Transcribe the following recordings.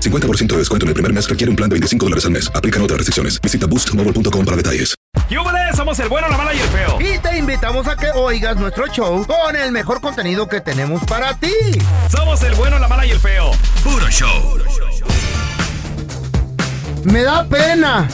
50% de descuento en el primer mes requiere un plan de 25 dólares al mes. Aplican otras restricciones. Visita boostmobile.com para detalles. ¡Yúbales! Somos el bueno, la mala y el feo. Y te invitamos a que oigas nuestro show con el mejor contenido que tenemos para ti. Somos el bueno, la mala y el feo. Puro show. Me da pena.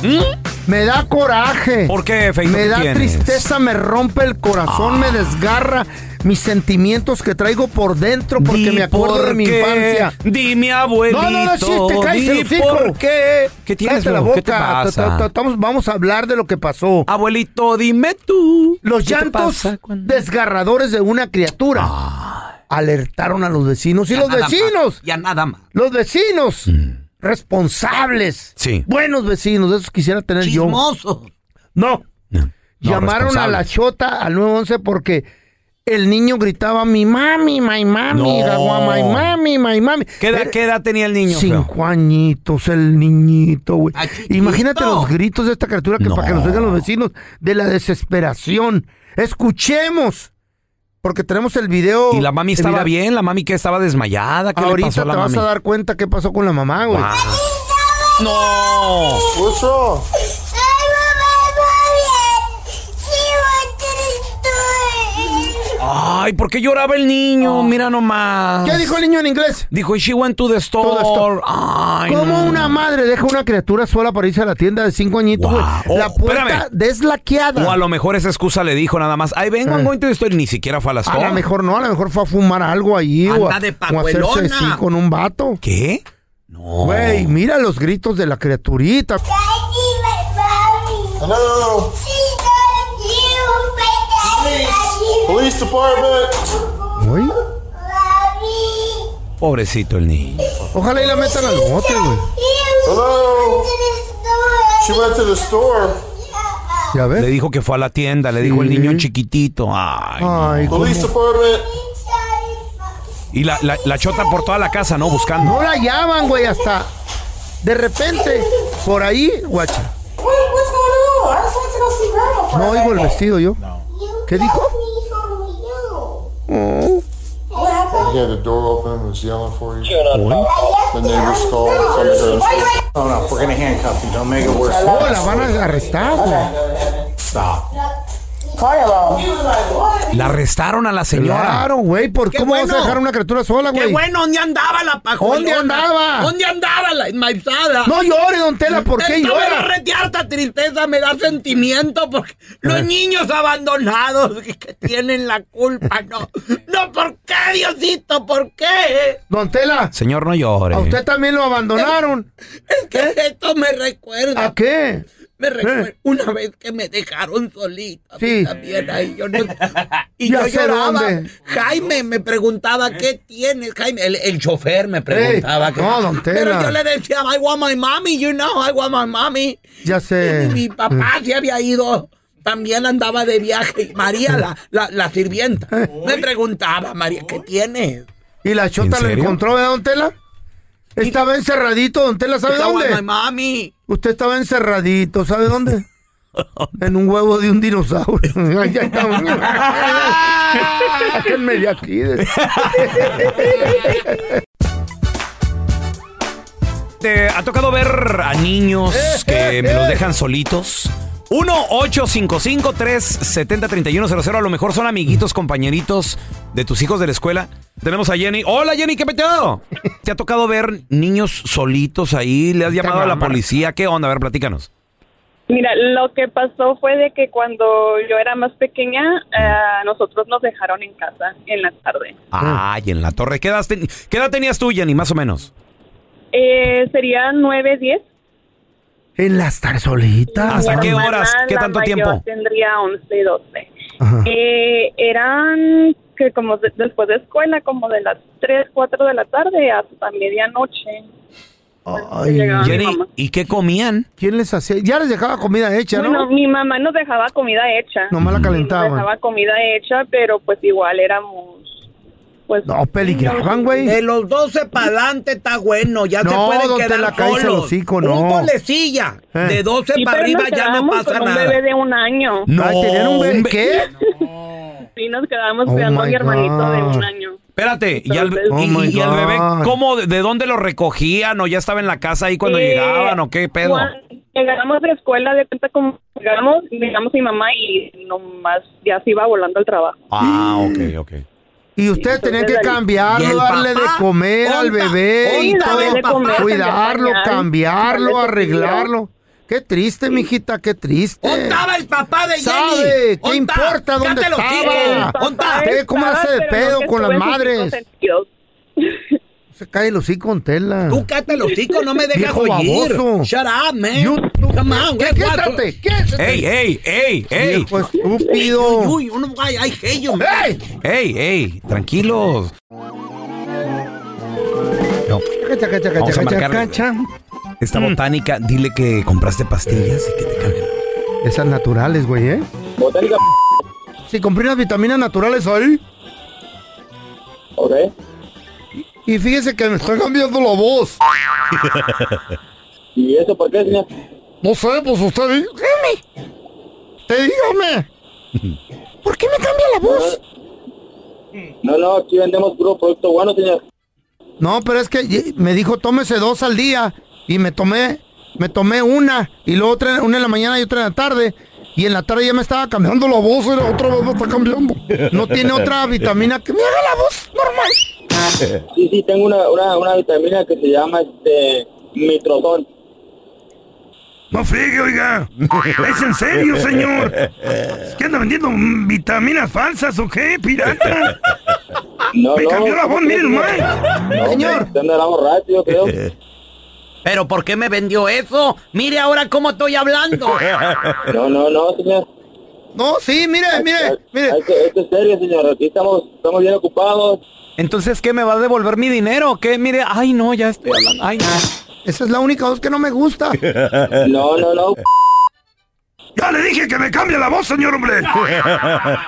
Me da coraje. ¿Por qué, feito, Me qué da tienes? tristeza, me rompe el corazón, me desgarra mis sentimientos que traigo por dentro Di porque me acuerdo de por mi qué, infancia. Di mi abuelito. No, no, no, chiste, cállese di el hocico. por qué. ¿Qué tienes, Cállate la bro? boca. ¿Qué te pasa? Ta- ta- estamos- vamos a hablar de lo que pasó. Abuelito, dime tú. Los ¿Qué te llantos pasa cuando- desgarradores de una criatura alertaron a los vecinos. Y Ya los nada más, vecinos, Ya nada más. los vecinos responsables, Mm. Sí. buenos vecinos, de esos quisiera tener yo. Chismoso. No, No, llamaron a la responsable. chota al 911 porque el niño gritaba mi mami, my mami, No. gagua, my mami, my mami. ¿Qué edad, Era- qué edad tenía el niño? feo? Cinco añitos el niñito, güey. Ah, chiquito. Imagínate los gritos de esta criatura que para que nos oigan los vecinos de la desesperación. Escuchemos, porque tenemos el video. ¿Y la mami estaba Mira, bien? ¿La mami que estaba desmayada? ¿Qué le Ahorita pasó a te la vas mami? a dar cuenta qué pasó con la mamá, güey. Ah. ¡No! Ay, ¿por qué lloraba el niño? Mira nomás. Ah. ¿Qué dijo el niño en inglés? Dijo, she went to the the store. store. Ay, ¿Cómo no. una madre deja una criatura sola para irse a la tienda de cinco añitos, Wow. güey? la Oh, puerta espérame. deslaqueada. O a lo mejor esa excusa le dijo nada más, ay, vengo, I'm going to the store, y ni siquiera fue a la A store. lo mejor no, a lo mejor fue a fumar algo ahí o a, Anda de o a hacerse pajuelona. así con un vato. ¿Qué? No. Güey, mira los gritos de la criaturita. Hello, police department. Güey, Pobrecito el niño. ojalá y la metan al bote, güey. Hello. She went to the store. Ya Le ves. dijo que fue a la tienda, le dijo el Sí. niño chiquitito. Ay. Ay, cómo- Police department. Y la, la, la chota por toda la casa, ¿no? Buscando. no la llaman, güey, hasta de repente por ahí, guacha. Wait, what's going on? I just went to go see grandma for No a oigo el second. vestido yo. You ¿Qué dijo? left me home alone. What happened? He had the door open and was yelling for you. I The left you neighbors on called. the Some of ground. the- Why you ain't No, no, we're gonna handcuff you. Don't make it worse. Oh, la van a arrestar, güey. Stop. Party alone. La arrestaron a la señora. Claro, güey, ¿por Qué cómo vas bueno. a dejar una criatura sola, Qué güey? bueno, ¿dónde andaba la pajuelona? ¿Dónde andaba? ¿Dónde andaba la enmaizada? No llores, don Tela, ¿por qué Esta me da llora? rete harta tristeza, me da sentimiento porque Eh. los niños abandonados que, que tienen la culpa, no. No, ¿por qué, Diosito? ¿Por qué? Don Tela, Señor, no llore. a usted también lo abandonaron. ¿Eh? Es que esto me recuerda. ¿A qué? Me recuerda Eh. una vez que me dejaron solita. a mí Sí. También ahí yo no. Y Ya yo sé lloraba. dónde. Jaime me preguntaba, ¿qué tienes, Jaime? El, el chofer me preguntaba. Ey, que- no, don Tela. Pero yo le decía, I want my mommy, you know, I want my mommy. Ya sé. Y mi papá se había ido. También andaba de viaje. Y María, la, la, la sirvienta, me preguntaba, María, ¿qué tienes? ¿Y la chota ¿En la serio? encontró, ¿verdad, don Tela? Estaba encerradito, don Tela, ¿sabe Estaba dónde? my mami. Usted estaba encerradito, ¿sabe dónde? En un huevo de un dinosaurio. Ay, ya estamos. Sáquenme de aquí. ¿Te ha tocado ver a niños Eh, que me los dejan solitos? 1-855-370-3100. A lo mejor son amiguitos, compañeritos de tus hijos de la escuela. Tenemos a Jenny. Hola, Jenny, ¿qué peteado? ¿Te ha tocado ver niños solitos ahí? ¿Le has llamado a la policía? ¿Qué onda? A ver, platícanos. Mira, lo que pasó fue de que cuando yo era más pequeña, eh, nosotros nos dejaron en casa en la tarde. Ay, en la torre. ¿Qué edad, ten- qué edad tenías tú, Jenny, más o menos? Eh, sería 9, 10. En las tarzolitas. ¿Hasta qué horas? Hermana, ¿Qué la tanto mayor tiempo? Tendría 11, 12. Ah. Ajá. Eh, eran que como de- después de escuela, como de las 3, 4 de la tarde hasta medianoche. llegaba Ah, mi Jenny, mamá. ¿y qué comían? ¿Quién les hacía? Ya les dejaba comida hecha, ¿no? Bueno, mi mamá nos dejaba comida hecha. Nomás la calentaban. Nos dejaba comida hecha, pero pues igual éramos... Pues, No, peligraban, güey. De los 12 para adelante está bueno, ya No, se don pueden quedar Tela, cállese el solos. hocico, Un no. golecilla. Eh. De 12 Sí, para pero arriba nos ya no quedamos pasa con nada. un bebé de un año. No, Ay, tenían un bebé. hombre. ¿Qué? Sí, nos quedamos Oh cuidando a mi my hermanito God. de un año. Espérate, ¿y al, Entonces- Oh y- my y al God. bebé cómo, de dónde lo recogían o ya estaba en la casa ahí cuando Eh, llegaban o qué pedo? Cuando llegamos de escuela, de cuenta como llegamos, miramos a mi mamá y nomás ya se iba volando al trabajo. Ah, ok, ok. Y ustedes tenían que Entonces, ahí- ¿Y cambiarlo, el darle de papá? comer al Onda, bebé y onda, todo. darle de comer, cuidarlo, cambiar pañal, cambiarlo, darle cepillo. arreglarlo. Qué triste, mijita, qué triste. ¿Dónde estaba el papá de Jenny? ¿Sabe? ¿Qué ¿Dónde importa está? dónde Cállate los Ah, estaba? hijos. ¿Dónde está? Papá eh? ¿Ve cómo la hace de estaba, pero pedo que con las estuvo en sus madres? cinco sentidos. Se cae el hocico con tela. Tú cállate los hijos, no me dejas Viejo oír. baboso. Shut up, man. You- tú- Come on, ¿Qué? güey, what- Quédate, quédate. ¡Ey, ey, ey, ey! Viejo Uy, Oh. estúpido. uy, uno, ay, ay, hey, yo. ¡Ey! ¡Ey, ey! Tranquilos. No, Chaca, chaca, chaca, Vamos a chaca, marcarle. chaca. esta Mm. botánica, dile que compraste pastillas y que te cambien. Esas naturales, güey, ¿eh? Botánica, Si compré unas vitaminas naturales ahí. ok. Y fíjese que me está cambiando la voz. ¿Y eso por qué, señor? No sé, pues usted di- dígame. Usted dígame. ¿Por qué me cambia la voz? No, no, aquí vendemos puro producto bueno, señor. No, pero es que ye- me dijo tómese dos al día y me tomé, me tomé una y luego otra, una en la mañana y otra en la tarde. Y en la tarde ya me estaba cambiando la voz, era otra vez me está cambiando. No tiene otra vitamina que me haga la voz normal. Sí, sí, tengo una, una, una vitamina que se llama, este, mitrozón. No friegue, oiga. Es en serio, señor. ¿Qué anda vendiendo mm, vitaminas falsas o qué, pirata? No, Me no, cambió la voz, ¿cómo miren, crees, Mike. No, Señor. Usted andará borracho, yo creo. Pero ¿por qué me vendió eso? Mire ahora cómo estoy hablando. No, no, no, señor. No, sí, mire, mire, mire. Esto, esto es serio, señor. Aquí estamos, estamos bien ocupados. Entonces, ¿qué? ¿Me va a devolver mi dinero? ¿Qué? Mire, ay, no, ya estoy hablando. Ay, no. Esa es la única voz que no me gusta. No, no, no. Ya le dije que me cambie la voz, señor, hombre. No,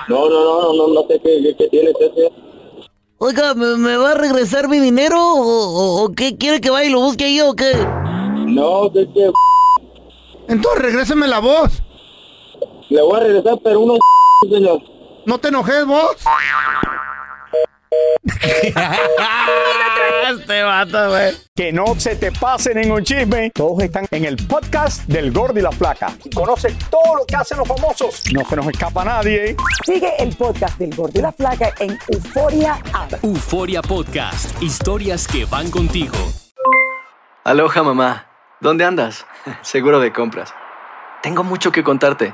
no, no, no, no, no sé qué, qué, qué tiene usted, señor. Oiga, ¿me, me va a regresar mi dinero o, o- o qué? ¿Quiere que vaya y lo busque ahí o qué? No, es que Entonces regréseme la voz. le voy a regresar, pero uno, señor. No te enojes vos. Que no se te pase ningún chisme. Todos están en el podcast del Gordi y la Flaca. Y conoce todo lo que hacen los famosos. No se nos escapa nadie. Sigue el podcast del Gordo y la Flaca en Euforia Euforia Podcast, historias que van contigo. Aloha mamá, ¿dónde andas? Seguro de compras. Tengo mucho que contarte.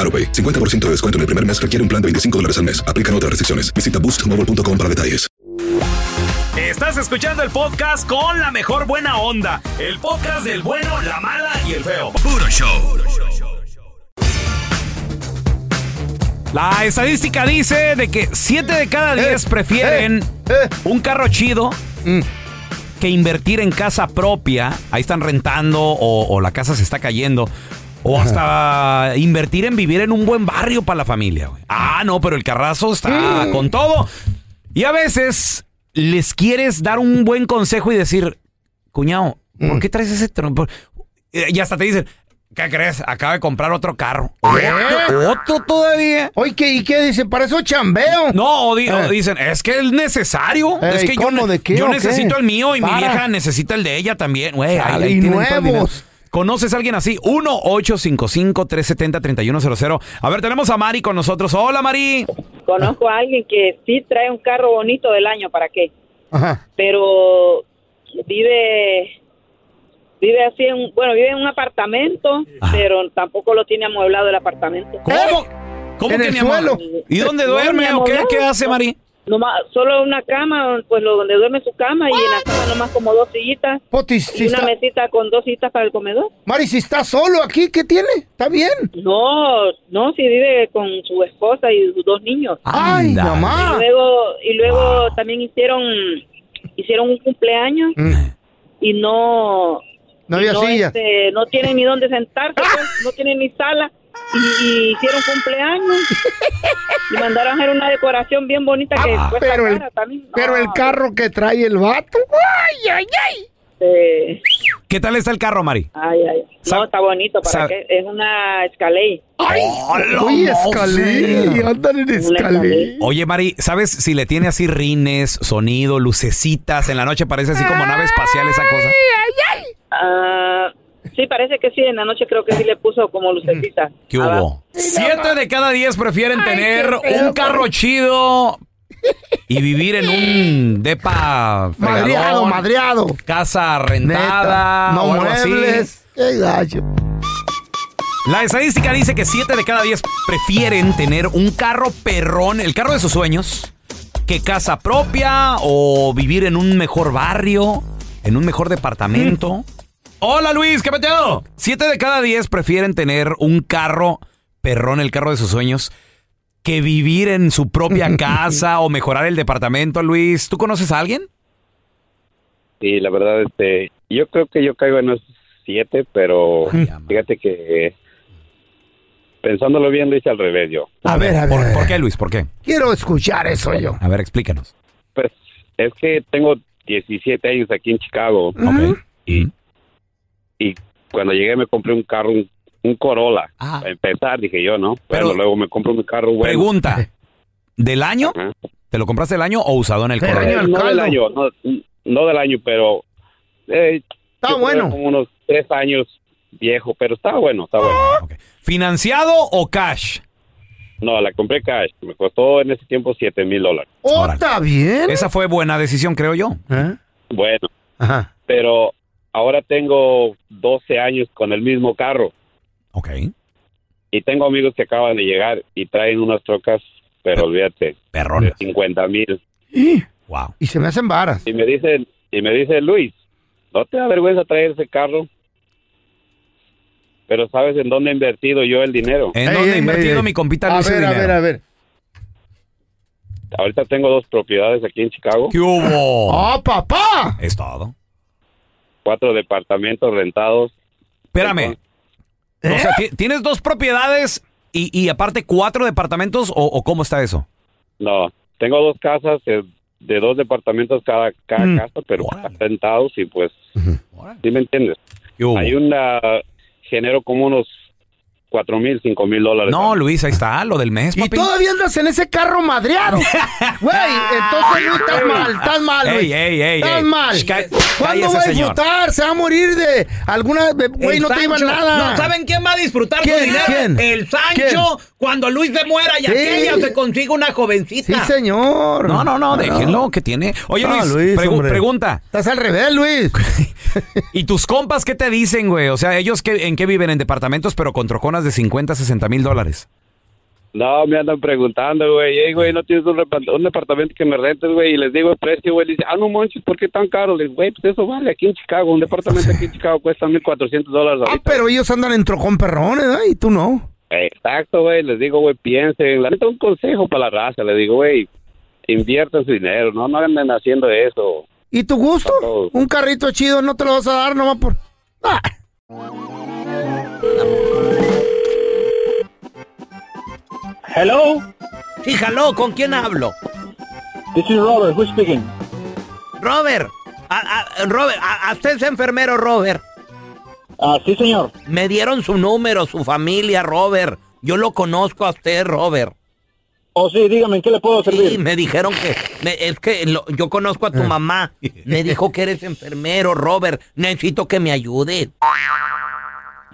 AroPay. 50% de descuento en el primer mes requiere un plan de 25 dólares al mes. Aplican otras restricciones. Visita boostmobile.com para detalles. Estás escuchando el podcast con la mejor buena onda. El podcast del bueno, la mala y el feo. Puro show. La estadística dice de que 7 de cada 10 prefieren un carro chido que invertir en casa propia. Ahí están rentando o, o la casa se está cayendo. O hasta invertir en vivir en un buen barrio para la familia. güey. Ah, no, pero el carrazo está con todo. Y a veces les quieres dar un buen consejo y decir, cuñado, Mm. ¿por qué traes ese tron? por-?" Eh, Y hasta te dicen, ¿qué crees? Acaba de comprar otro carro. ¿Otro todavía? Oye, ¿qué, ¿y qué dice? ¿Para eso chambeo? No, o di- o dicen, es que es necesario. Eh, es que ¿y Eh. cómo? yo, ne- ¿De qué yo o qué? necesito el mío y mi Para. vieja necesita el de ella también. Güey, ahí- Chale, ahí y tienen todo el dinero. nuevos. ¿Conoces a alguien así? 1-855-370-3100. A ver, tenemos a Mari con nosotros. Hola, Mari. Conozco a alguien que sí trae un carro bonito del año, ¿para qué? Ajá. Pero vive vive así en, bueno, vive en un apartamento, pero tampoco lo tiene amueblado el apartamento. ¿Cómo? ¿Eh? ¿Cómo que ni amable? ¿Y dónde duerme o qué? ¿Qué hace, Mari? Nomás, solo una cama, pues lo donde duerme su cama y en la cama nomás como dos sillitas y una mesita con dos sillitas para el comedor. Mari, si está solo aquí, ¿qué tiene? ¿Está bien? No, no, si vive con su esposa y sus dos niños. Ay, Ándale. mamá. Y luego, y luego Ah. también hicieron, hicieron un cumpleaños y no... Mm, No había y silla. este, no tienen ni dónde sentarse, pues, no tienen ni sala. Y, y hicieron cumpleaños y mandaron a hacer una decoración bien bonita que cuesta Ah, pero el- cara también. No, Pero el carro que trae el vato. ¡Ay, ay, ay! este, ¿Qué tal está el carro, Mari? ay, ay. No, está bonito, ¿para Sab- qué? Es una Escalade. ¡Ay! Uy, escalé, moza! andan en escalé. Oye, Mari, ¿sabes si le tiene así rines, sonido, lucecitas en la noche? Parece así como nave espacial esa cosa. Ah, sí, parece que sí, en la noche creo que sí le puso como lucecita. ¿Qué hubo? Siete de cada diez prefieren tener feo, un carro chido y vivir en un depa fregadón, Madreado, madreado. casa rentada, ah, Neta, no o algo así. muebles. Qué gallo. La estadística dice que 7 de cada 10 prefieren tener un carro perrón, el carro de sus sueños, que casa propia o vivir en un mejor barrio, en un mejor departamento. Hola Luis, ¿qué peteo? 7 de cada 10 prefieren tener un carro perrón, el carro de sus sueños, que vivir en su propia casa o mejorar el departamento. Luis, ¿tú conoces a alguien? Sí, la verdad, este, yo creo que yo caigo en los siete, pero fíjate que pensándolo bien lo hice al revés yo. A, ver, a ver. ¿por, por qué Luis? ¿Por qué? Quiero escuchar eso yo. A ver, explícanos. Pues es que tengo 17 años aquí en Chicago y, y cuando llegué me compré un carro, un, un Corolla. Ah, Para empezar, dije yo, ¿no? Pero luego me compré un carro bueno. Pregunta. ¿Del año? ¿Te lo compraste del año o usado en el Eh, correo? no del año, no, no del año, pero... eh, yo creo bueno. Como unos tres años viejo, pero estaba bueno, estaba bueno. ¿Financiado o cash? No, la compré cash. Me costó en ese tiempo 7 mil dólares. Oh, está bien. ¿Eh? Esa fue buena decisión, creo yo. Bueno, Ajá. pero ahora tengo 12 años con el mismo carro. Ok. Y tengo amigos que acaban de llegar y traen unas trocas, pero olvídate. Perrones. 50 mil. Wow. Y se me hacen varas. Y me dicen, y me dice Luis, ¿no te da vergüenza traer ese carro? Pero ¿sabes en dónde he invertido yo el dinero? ¿En dónde he invertido mi compita A Luis ver, a ver, a ver. Ahorita tengo dos propiedades aquí en Chicago. ¿Qué hubo? ¡Oh, papá! Es todo. Cuatro departamentos rentados. Espérame. ¿Eh? O sea, ti- ¿tienes dos propiedades y, y aparte cuatro departamentos o, o cómo está eso? No, tengo dos casas eh, de, dos departamentos cada, cada casa, pero rentados y pues, ¿sí me entiendes? Hay un ah, genero como unos cuatro mil, cinco mil dólares. No, Luis, ahí está, lo del mes, Y papi. todavía andas en ese carro madreado. Güey, entonces no estás mal, estás mal, Ey, güey. ey, ey, Estás ey. mal. Sh, ca- ¿Cuándo cállese, va a señor. disfrutar? Se va a morir de alguna. de- Güey, El no te iba Sancho. nada. No, ¿saben quién va a disfrutar ¿Quién? su dinero? ¿Quién? El Sancho, ¿Quién? cuando Luis se muera y Sí. aquella se consiga una jovencita. Sí, señor. No, no, no, déjenlo, que tiene. Oye, Ah, Luis, Luis, pregu- hombre. pregunta. Estás al revés, Luis. ¿Y tus compas qué te dicen, güey? O sea, ¿ellos qué- en qué viven? ¿En departamentos, pero con troconas de 50, 60 mil dólares? No, me andan preguntando, güey, "Ey, güey, ¿no tienes un, repa- un departamento que me rentes, güey? Y les digo el precio, güey, dice, ah, no manches, ¿por qué tan caro? Les digo, güey, pues eso vale aquí en Chicago, un departamento aquí en Chicago cuesta 1.400 dólares ahorita. Ah, Pero ellos andan en trocón perrones, ¿eh? Y tú no. Exacto, güey, les digo, güey, piensen, la neta, un consejo para la raza, les digo, güey, inviertan su dinero, no, no anden haciendo eso. ¿Y tu gusto? Un carrito chido no te lo vas a dar nomás por. Ah. Hello. Fíjalo, ¿con quién hablo? This is Robert. Who's speaking? Robert. a- a- Robert, a, a usted es enfermero, Robert. Ah, sí, señor. Me dieron su número, su familia, Robert. Yo lo conozco a usted, Robert. Oh, sí, dígame, ¿en qué le puedo servir? me dijeron que... me- es que lo- yo conozco a tu mamá. Me dijo que eres enfermero, Robert. Necesito que me ayude.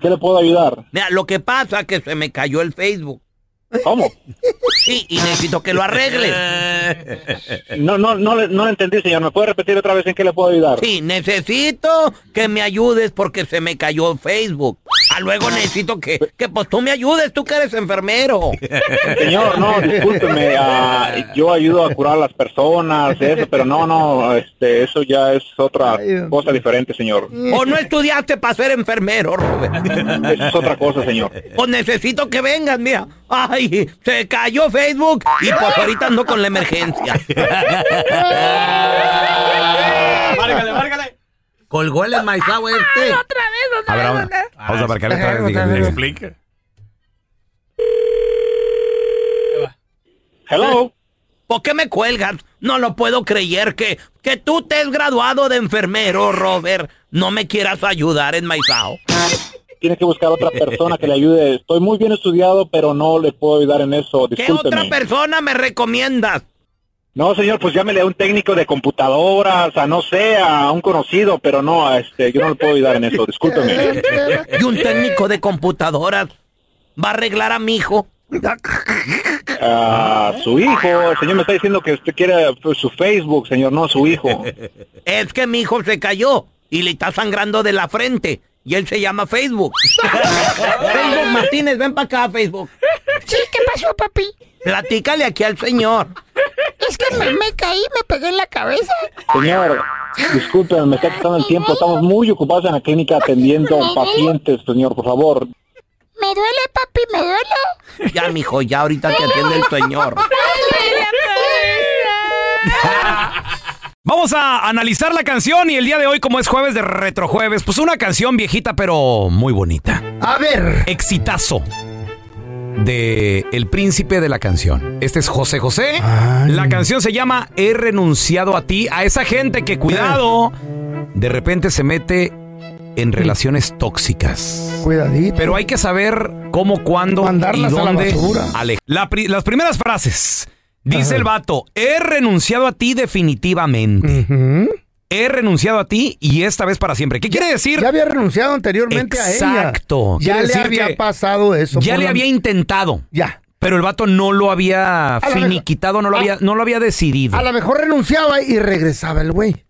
¿Qué le puedo ayudar? Mira, lo que pasa es que se me cayó el Facebook. ¿Cómo? Sí, y necesito que lo arregles. No, no, no, le- no lo entendí, señor. ¿Me puede repetir otra vez en qué le puedo ayudar? Sí, necesito que me ayudes porque se me cayó Facebook. Ah, luego necesito que, que pues tú me ayudes, tú que eres enfermero. Señor, no, discúlpeme, ah, yo ayudo a curar a las personas, eso, pero no, no, este, eso ya es otra cosa diferente, señor. O no estudiaste para ser enfermero, Robert. Eso es otra cosa, señor. Pues necesito que vengas, mira. Ay, se cayó Facebook y pues ahorita ando con la emergencia. márgale, márgale. Colgó el enmaizado este. otra vez, A ver, vamos, vamos a marcarle otra vez. diga, diga. Explica. Hello. ¿Por qué me cuelgas? No lo puedo creer que, que tú te has graduado de enfermero, Robert. No me quieras ayudar en Maizao. Tiene que buscar otra persona que le ayude. Estoy muy bien estudiado, pero no le puedo ayudar en eso, ¿Qué otra discúlpeme. persona me recomiendas? No, señor, pues llámele a un técnico de computadoras, a no sé, a un conocido, pero no, a este, yo no le puedo ayudar en eso, discúlpeme. Y un técnico de computadoras va a arreglar a mi hijo. A su hijo, el señor me está diciendo que usted quiere pues, su Facebook, señor, no su hijo. Es que mi hijo se cayó y le está sangrando de la frente. Y él se llama Facebook. Facebook Martínez, ven para acá, Facebook. Sí, ¿qué pasó, papi? Platícale aquí al señor. Es que me, me caí, me pegué en la cabeza. Señor, discúlpeme, me está quitando el tiempo. Estamos muy ocupados en la clínica atendiendo pacientes, señor, por favor. Me duele, papi, me duele. Ya, mijo, ya ahorita te atiende el señor. Vamos a analizar la canción y el día de hoy, como es jueves de retrojueves, pues una canción viejita pero muy bonita. A ver. Exitazo de El Príncipe de la Canción. Este es José José. La canción se llama He renunciado a ti. A esa gente que, cuidado, de repente se mete en relaciones tóxicas. Cuidadito. Pero hay que saber cómo, cuándo Mandarlas y a la dónde basura. ale- La pri- las primeras frases. Dice el vato, he renunciado a ti definitivamente. He renunciado a ti y esta vez para siempre. ¿Qué quiere decir? Ya había renunciado anteriormente a ella. Exacto. Ya Quiere le decir había que pasado eso. ya por le la- había intentado. Ya. Pero el vato no lo había la finiquitado, no lo había, no lo había decidido. A lo mejor renunciaba y regresaba el güey.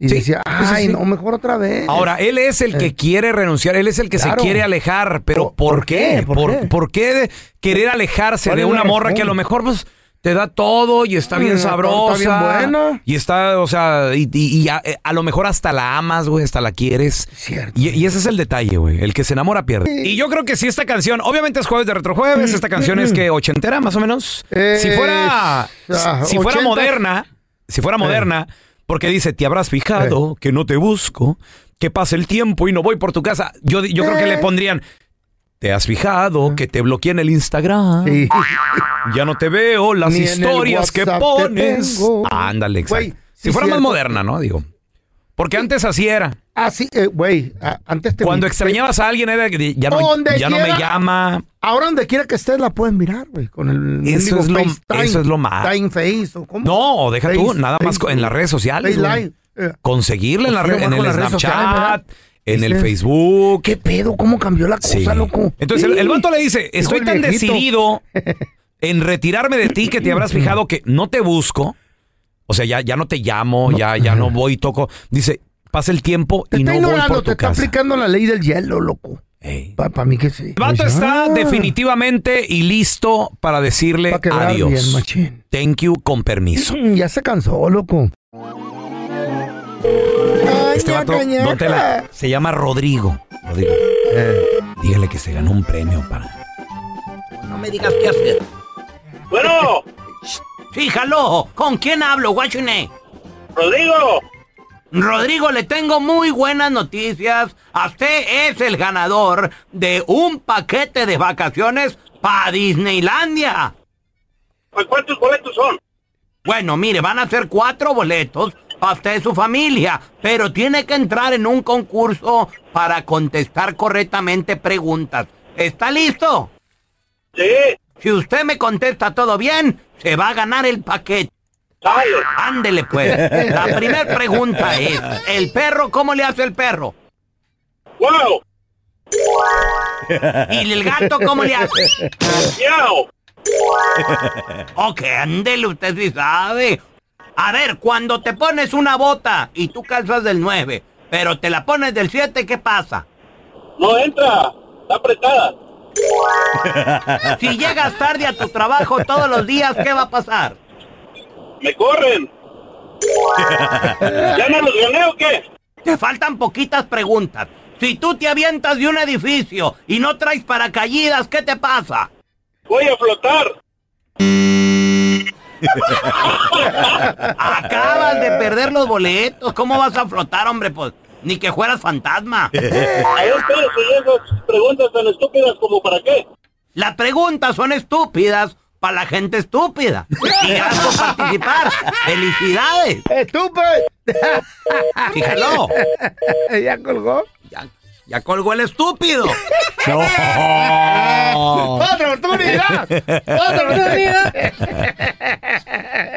Y decía, ay, no, mejor otra vez. Ahora, él es el que quiere renunciar, él es el que Eh. Claro. se quiere alejar, pero ¿por, qué? ¿Por, por qué de- querer alejarse ¿Cuál de es una la morra razón? que a lo mejor pues, te da todo y está bien Mm, está sabrosa? bien buena. Y está, o sea, y, y- y a, eh, a lo mejor hasta la amas, güey, hasta la quieres. Y, y ese es el detalle, güey, el que se enamora pierde. Y yo creo que si esta canción, obviamente es jueves de retrojueves, esta canción es que ochentera más o menos. Eh, si fuera, ah, si fuera ochentas. moderna, si fuera moderna, porque dice, te habrás fijado que no te busco, que pase el tiempo y no voy por tu casa. Yo, di- yo creo que Eh. le pondrían, ¿Te has fijado que te bloqueé en el Instagram? Ya no te veo las Ni en el historias que WhatsApp te pones. tengo. Ándale, exacto. Güey, si sí, fuera más cierto. moderna, ¿no? Digo. Porque antes así era. Así, eh, güey, a- antes te... Cuando extrañabas a alguien era que ya no, Donde ya no me quiera. llama. Ahora donde quiera que estés la puedes mirar, güey, con el... Eso mendigo es, lo, FaceTime, eso es lo malo. Time Face o cómo. No, o deja tú, Face- nada más co- en las redes sociales. Face güey. Live, eh. Conseguirle en, la Pues sí, red- en abajo el las redes sociales, ¿verdad? Snapchat, en el Dices, Facebook. ¿Qué pedo? ¿Cómo cambió la cosa, Sí. loco? Entonces el, el vato le dice, Dijo el estoy tan viejito. decidido en retirarme de ti que te habrás fijado que no te busco. O sea, ya, ya no te llamo, ya, ya no voy y toco. Dice, pasa el tiempo y Está no voy ignorando, por te tu está casa. aplicando la ley del hielo, loco. Para mí que sí. El vato está Ah. definitivamente y listo para decirle Pa' quedar adiós. bien, machín. Thank you, con permiso. Mm, Ya se cansó, loco. Este vato, ñaca. no te la- se llama Rodrigo. Rodrigo. Dígale que se ganó un premio para. No me digas qué hacer. Bueno. Fíjalo, ¿con quién hablo, guachune? Rodrigo. Rodrigo, le tengo muy buenas noticias. A usted es el ganador de un paquete de vacaciones para Disneylandia. ¿Cuántos boletos son? Bueno, mire, van a ser cuatro boletos para usted y su familia, pero tiene que entrar en un concurso para contestar correctamente preguntas. ¿Está listo? Sí. Si usted me contesta todo bien, se va a ganar el paquete. Ándele pues. La primera pregunta es, ¿el perro cómo le hace el perro? ¡Wow! ¿Y el gato cómo le hace? ¡Miau! Ok, ándele, usted sí sabe. A ver, cuando te pones una bota y tú calzas del 9, pero te la pones del 7, ¿qué pasa? No entra, está apretada. Si llegas tarde a tu trabajo todos los días, ¿qué va a pasar? ¡Me corren! ¿Ya no los gané o qué? Te faltan poquitas preguntas. Si tú te avientas de un edificio y no traes paracaídas, ¿qué te pasa? Voy a flotar. Acabas de perder los boletos. ¿Cómo vas a flotar, hombre? Pues ni que fueras fantasma. A ver, espérate, ¿y esas preguntas tan estúpidas como para qué? Las preguntas son estúpidas para la gente estúpida. Y gracias por participar. ¡Felicidades! ¡Estúpido! Fíjalo. ¿Ya colgó? Ya colgó el estúpido. Oh. ¡Otra oportunidad! ¡Otra oportunidad!